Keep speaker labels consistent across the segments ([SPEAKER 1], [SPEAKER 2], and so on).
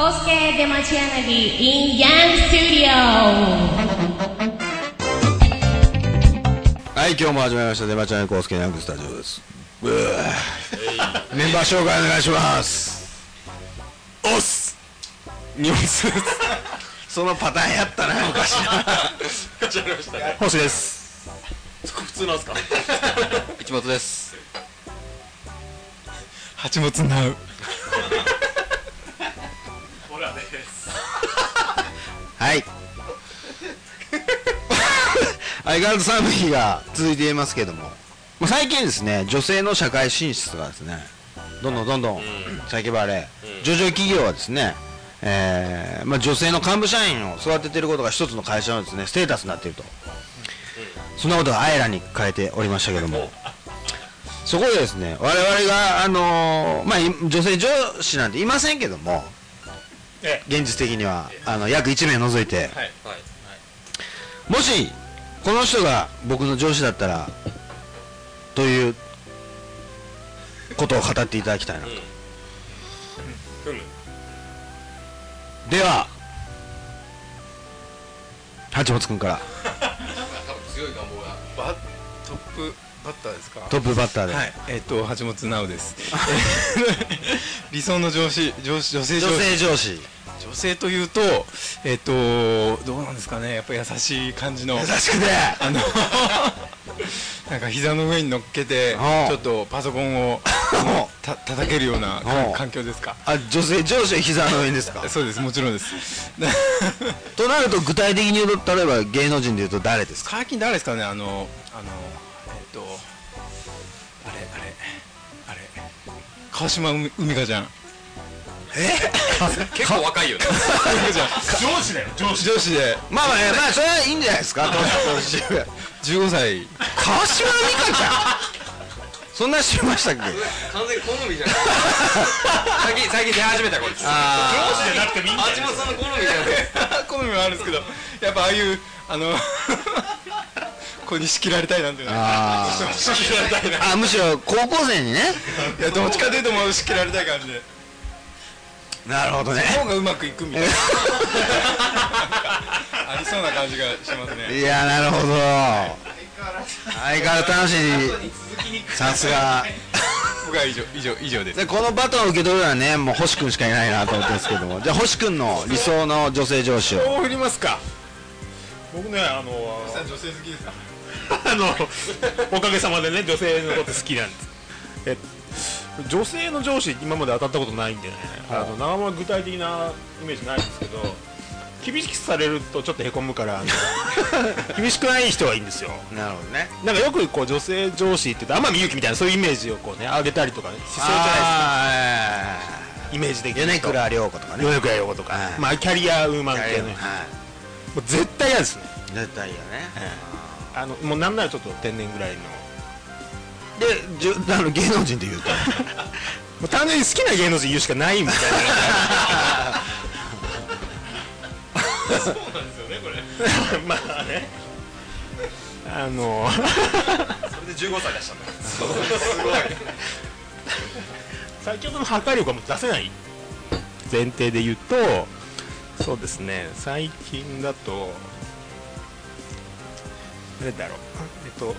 [SPEAKER 1] Kosuke Demachianagi in Yang Studio.
[SPEAKER 2] はい、今日も始まりました。デマチャンネルコースケニャンクスタジオです。うぅメンバー紹介お願いします。おっす荷物です。そのパターンやったな、昔な。
[SPEAKER 3] ちゃいましたね。
[SPEAKER 2] 星です。
[SPEAKER 3] そこ普通なんすか。
[SPEAKER 4] 一松です
[SPEAKER 2] 蜂蜜なう。
[SPEAKER 3] ほらです。
[SPEAKER 2] はい。相変わらず寒い日が続いていますけども、まあ、最近ですね、女性の社会進出がですね、どんどんどんどん叫ばれ、上場企業はですね、えーまあ、女性の幹部社員を育てていることが一つの会社のですねステータスになっていると、そんなことがアイラに変えておりましたけども、そこでですね、我々が、あのーまあ、い女性上司なんていませんけども、
[SPEAKER 3] え
[SPEAKER 2] 現実的にはあの約1名除いて、
[SPEAKER 3] はい。
[SPEAKER 4] はい
[SPEAKER 2] もしこの人が僕の上司だったらということを語っていただきたいなと、
[SPEAKER 3] ふむ。
[SPEAKER 2] では八本君から
[SPEAKER 4] 多分強い願望が
[SPEAKER 5] バトップバッターですか
[SPEAKER 2] トップバッターで、
[SPEAKER 5] はいえっ、と橋本直です 理想の上司上司女性上
[SPEAKER 2] 女
[SPEAKER 5] 司
[SPEAKER 2] 性上司
[SPEAKER 5] 女性というとえっ、とどうなんですかねやっぱ優しい感じの
[SPEAKER 2] 優しくて
[SPEAKER 5] あの なんか膝の上に乗っけて
[SPEAKER 2] おう
[SPEAKER 5] ちょっとパソコンをた叩けるような
[SPEAKER 2] おう
[SPEAKER 5] 環境ですか
[SPEAKER 2] あ女性上司は膝の上ですか
[SPEAKER 5] そうですもちろんです
[SPEAKER 2] となると具体的に言うと例えば芸能人で言うと誰ですか
[SPEAKER 5] 最近誰ですかねあのあのえっ、とあれあれあれ川島海海香ちゃん
[SPEAKER 4] 結構若いよね
[SPEAKER 3] 上司だよ。上司。
[SPEAKER 5] 上司で
[SPEAKER 2] ま あまあ、えーまあそれはいいんじゃないですか年年上
[SPEAKER 5] 15歳
[SPEAKER 2] 川島美香 ちゃんそんな知りましたっけ
[SPEAKER 4] 完全に好みじゃない 最近最近出始めたこれ
[SPEAKER 2] あ
[SPEAKER 3] 上司じゃなくてもいいんだよ
[SPEAKER 4] あちもさんの好みじゃない
[SPEAKER 5] 好みはあるんですけどやっぱああいうあの子に仕切られたいなんていうのは
[SPEAKER 2] あ
[SPEAKER 3] 上司じゃないな。
[SPEAKER 2] あむしろ高校生にね
[SPEAKER 5] いやどっちかというともう仕切られたい感じで
[SPEAKER 2] なるほどね
[SPEAKER 5] 方がうまくいくみたいな ありそうな感じがしますね
[SPEAKER 2] いやなるほど相変わらず楽しいさすが
[SPEAKER 5] 僕は以上以上以上です
[SPEAKER 2] でこのバトンを受け取るのはねもう星君しかいないなと思ってますけどもじゃあ星君の理想の女性上司を
[SPEAKER 3] どう振りますか。僕ね、あの、
[SPEAKER 5] 女性好きですか
[SPEAKER 3] あ の、おかげさまでね、女性のこと好きなんです。え女性の上司、今まで当たったことないんでね、あの、なかなか具体的なイメージないんですけど。厳しくされるとちょっとへこむからあ の厳しくない人はいいんですよ
[SPEAKER 2] なるほどね
[SPEAKER 3] なんかよくこう女性上司って言うと天海祐希みたいなそういうイメージをこうね上げたりとかねしそうじゃないですか
[SPEAKER 2] あ
[SPEAKER 3] イメージ的
[SPEAKER 2] ー米
[SPEAKER 3] に
[SPEAKER 2] 倉涼子とかね
[SPEAKER 3] 米倉涼子とか、
[SPEAKER 2] はい
[SPEAKER 3] まあキャリアウーマン
[SPEAKER 2] はい
[SPEAKER 3] 系の、もう絶対嫌ですね
[SPEAKER 2] 絶対いいよね
[SPEAKER 3] あのもうなんならちょっと天然ぐらいのも
[SPEAKER 2] でじゅあの芸能人で言うと
[SPEAKER 3] う単純に好きな芸能人言うしかないみたいなそうなんですよねこれ まあねあの
[SPEAKER 4] それで15歳出したんだ
[SPEAKER 3] 先ほどの破壊力はもう出せない前提で言うとそうですね最近だと誰だろうえっと好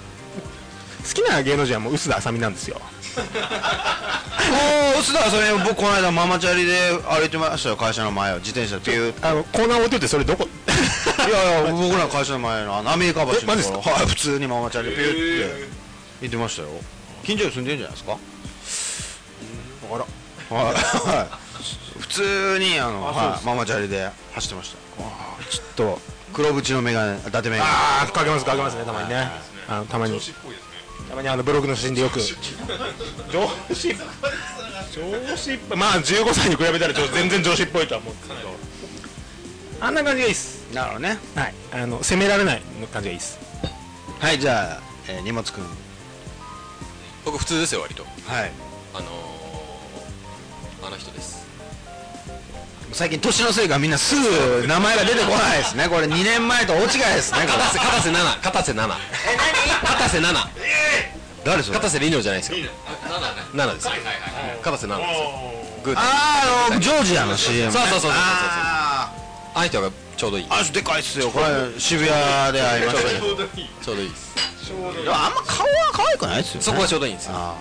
[SPEAKER 3] きな芸能人はもう臼田あさみなんですよ
[SPEAKER 2] おおだそれ僕この間ママチャリで歩いてましたよ会社の前を自転車っていう
[SPEAKER 3] あのコーナー置いといてそれどこ
[SPEAKER 2] いやいや、僕ら会社の前のあのアメリカ橋のとこ
[SPEAKER 3] え
[SPEAKER 2] ろ
[SPEAKER 3] マジっすか
[SPEAKER 2] はい、普通にママチャリピューって行ってましたよ近所に住んでるんじゃないですか
[SPEAKER 3] あら
[SPEAKER 2] はいはい普通にあの
[SPEAKER 3] そう
[SPEAKER 2] は
[SPEAKER 3] で
[SPEAKER 2] いママチャリで走ってました
[SPEAKER 3] ちょっと
[SPEAKER 2] 黒縁のメガネ伊達メガネ
[SPEAKER 3] ああかけますかけますねたまにねあのたまにたまにあのブログの写真でよく上司上司っぽいまあ15歳に比べたら上全然上司っぽいとは思うんですけどあんな感じがいいっす
[SPEAKER 2] なるほどね
[SPEAKER 3] はいあの責められない感じがいいっす
[SPEAKER 2] はいじゃあ、えー、荷物くん
[SPEAKER 4] 僕普通ですよ割と
[SPEAKER 2] はい
[SPEAKER 4] あのー、あの人です
[SPEAKER 2] 最近年のせいかみんなすぐ名前が出てこないです ねこれ2年前と大違いですねこれ
[SPEAKER 4] 片瀬片瀬七片瀬七え何片瀬七
[SPEAKER 2] 誰それ
[SPEAKER 4] 片瀬りのじゃないですよ七ね七ですよ片瀬七ですよ
[SPEAKER 5] グータン
[SPEAKER 2] あーあのジョージアの CM
[SPEAKER 5] そうそうそうそうそう
[SPEAKER 2] あ
[SPEAKER 5] あの人がちょうどいい
[SPEAKER 2] ーあでかいっすよこれ渋谷で会いましたけ
[SPEAKER 3] ち
[SPEAKER 2] ど
[SPEAKER 3] ょうどいい
[SPEAKER 5] ちょうどいいです
[SPEAKER 2] あんま顔は可愛くないっすよね
[SPEAKER 5] そこはちょうどいいんですよ
[SPEAKER 2] あ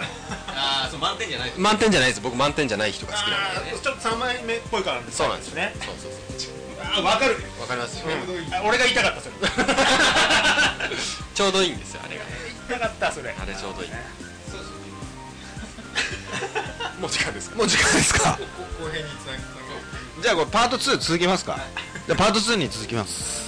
[SPEAKER 4] ああそう満点じゃない
[SPEAKER 5] 満点じゃないです僕満点じゃない人が好きなん
[SPEAKER 3] あ
[SPEAKER 5] で
[SPEAKER 3] ーちょっと三枚目っぽいからね
[SPEAKER 5] そうなんです
[SPEAKER 3] ね
[SPEAKER 5] そうそうそ
[SPEAKER 3] あーわかる
[SPEAKER 5] うわかりますよ
[SPEAKER 3] あ俺が言いたかった それ言
[SPEAKER 5] ちょうどいいんですよあれが
[SPEAKER 3] いたかったそれ
[SPEAKER 5] あれちょうどいい
[SPEAKER 3] もう時間です
[SPEAKER 2] もう時間ですか
[SPEAKER 4] 後編につなぐ
[SPEAKER 2] じゃあこれパート2続きますかじゃあパート2に続きます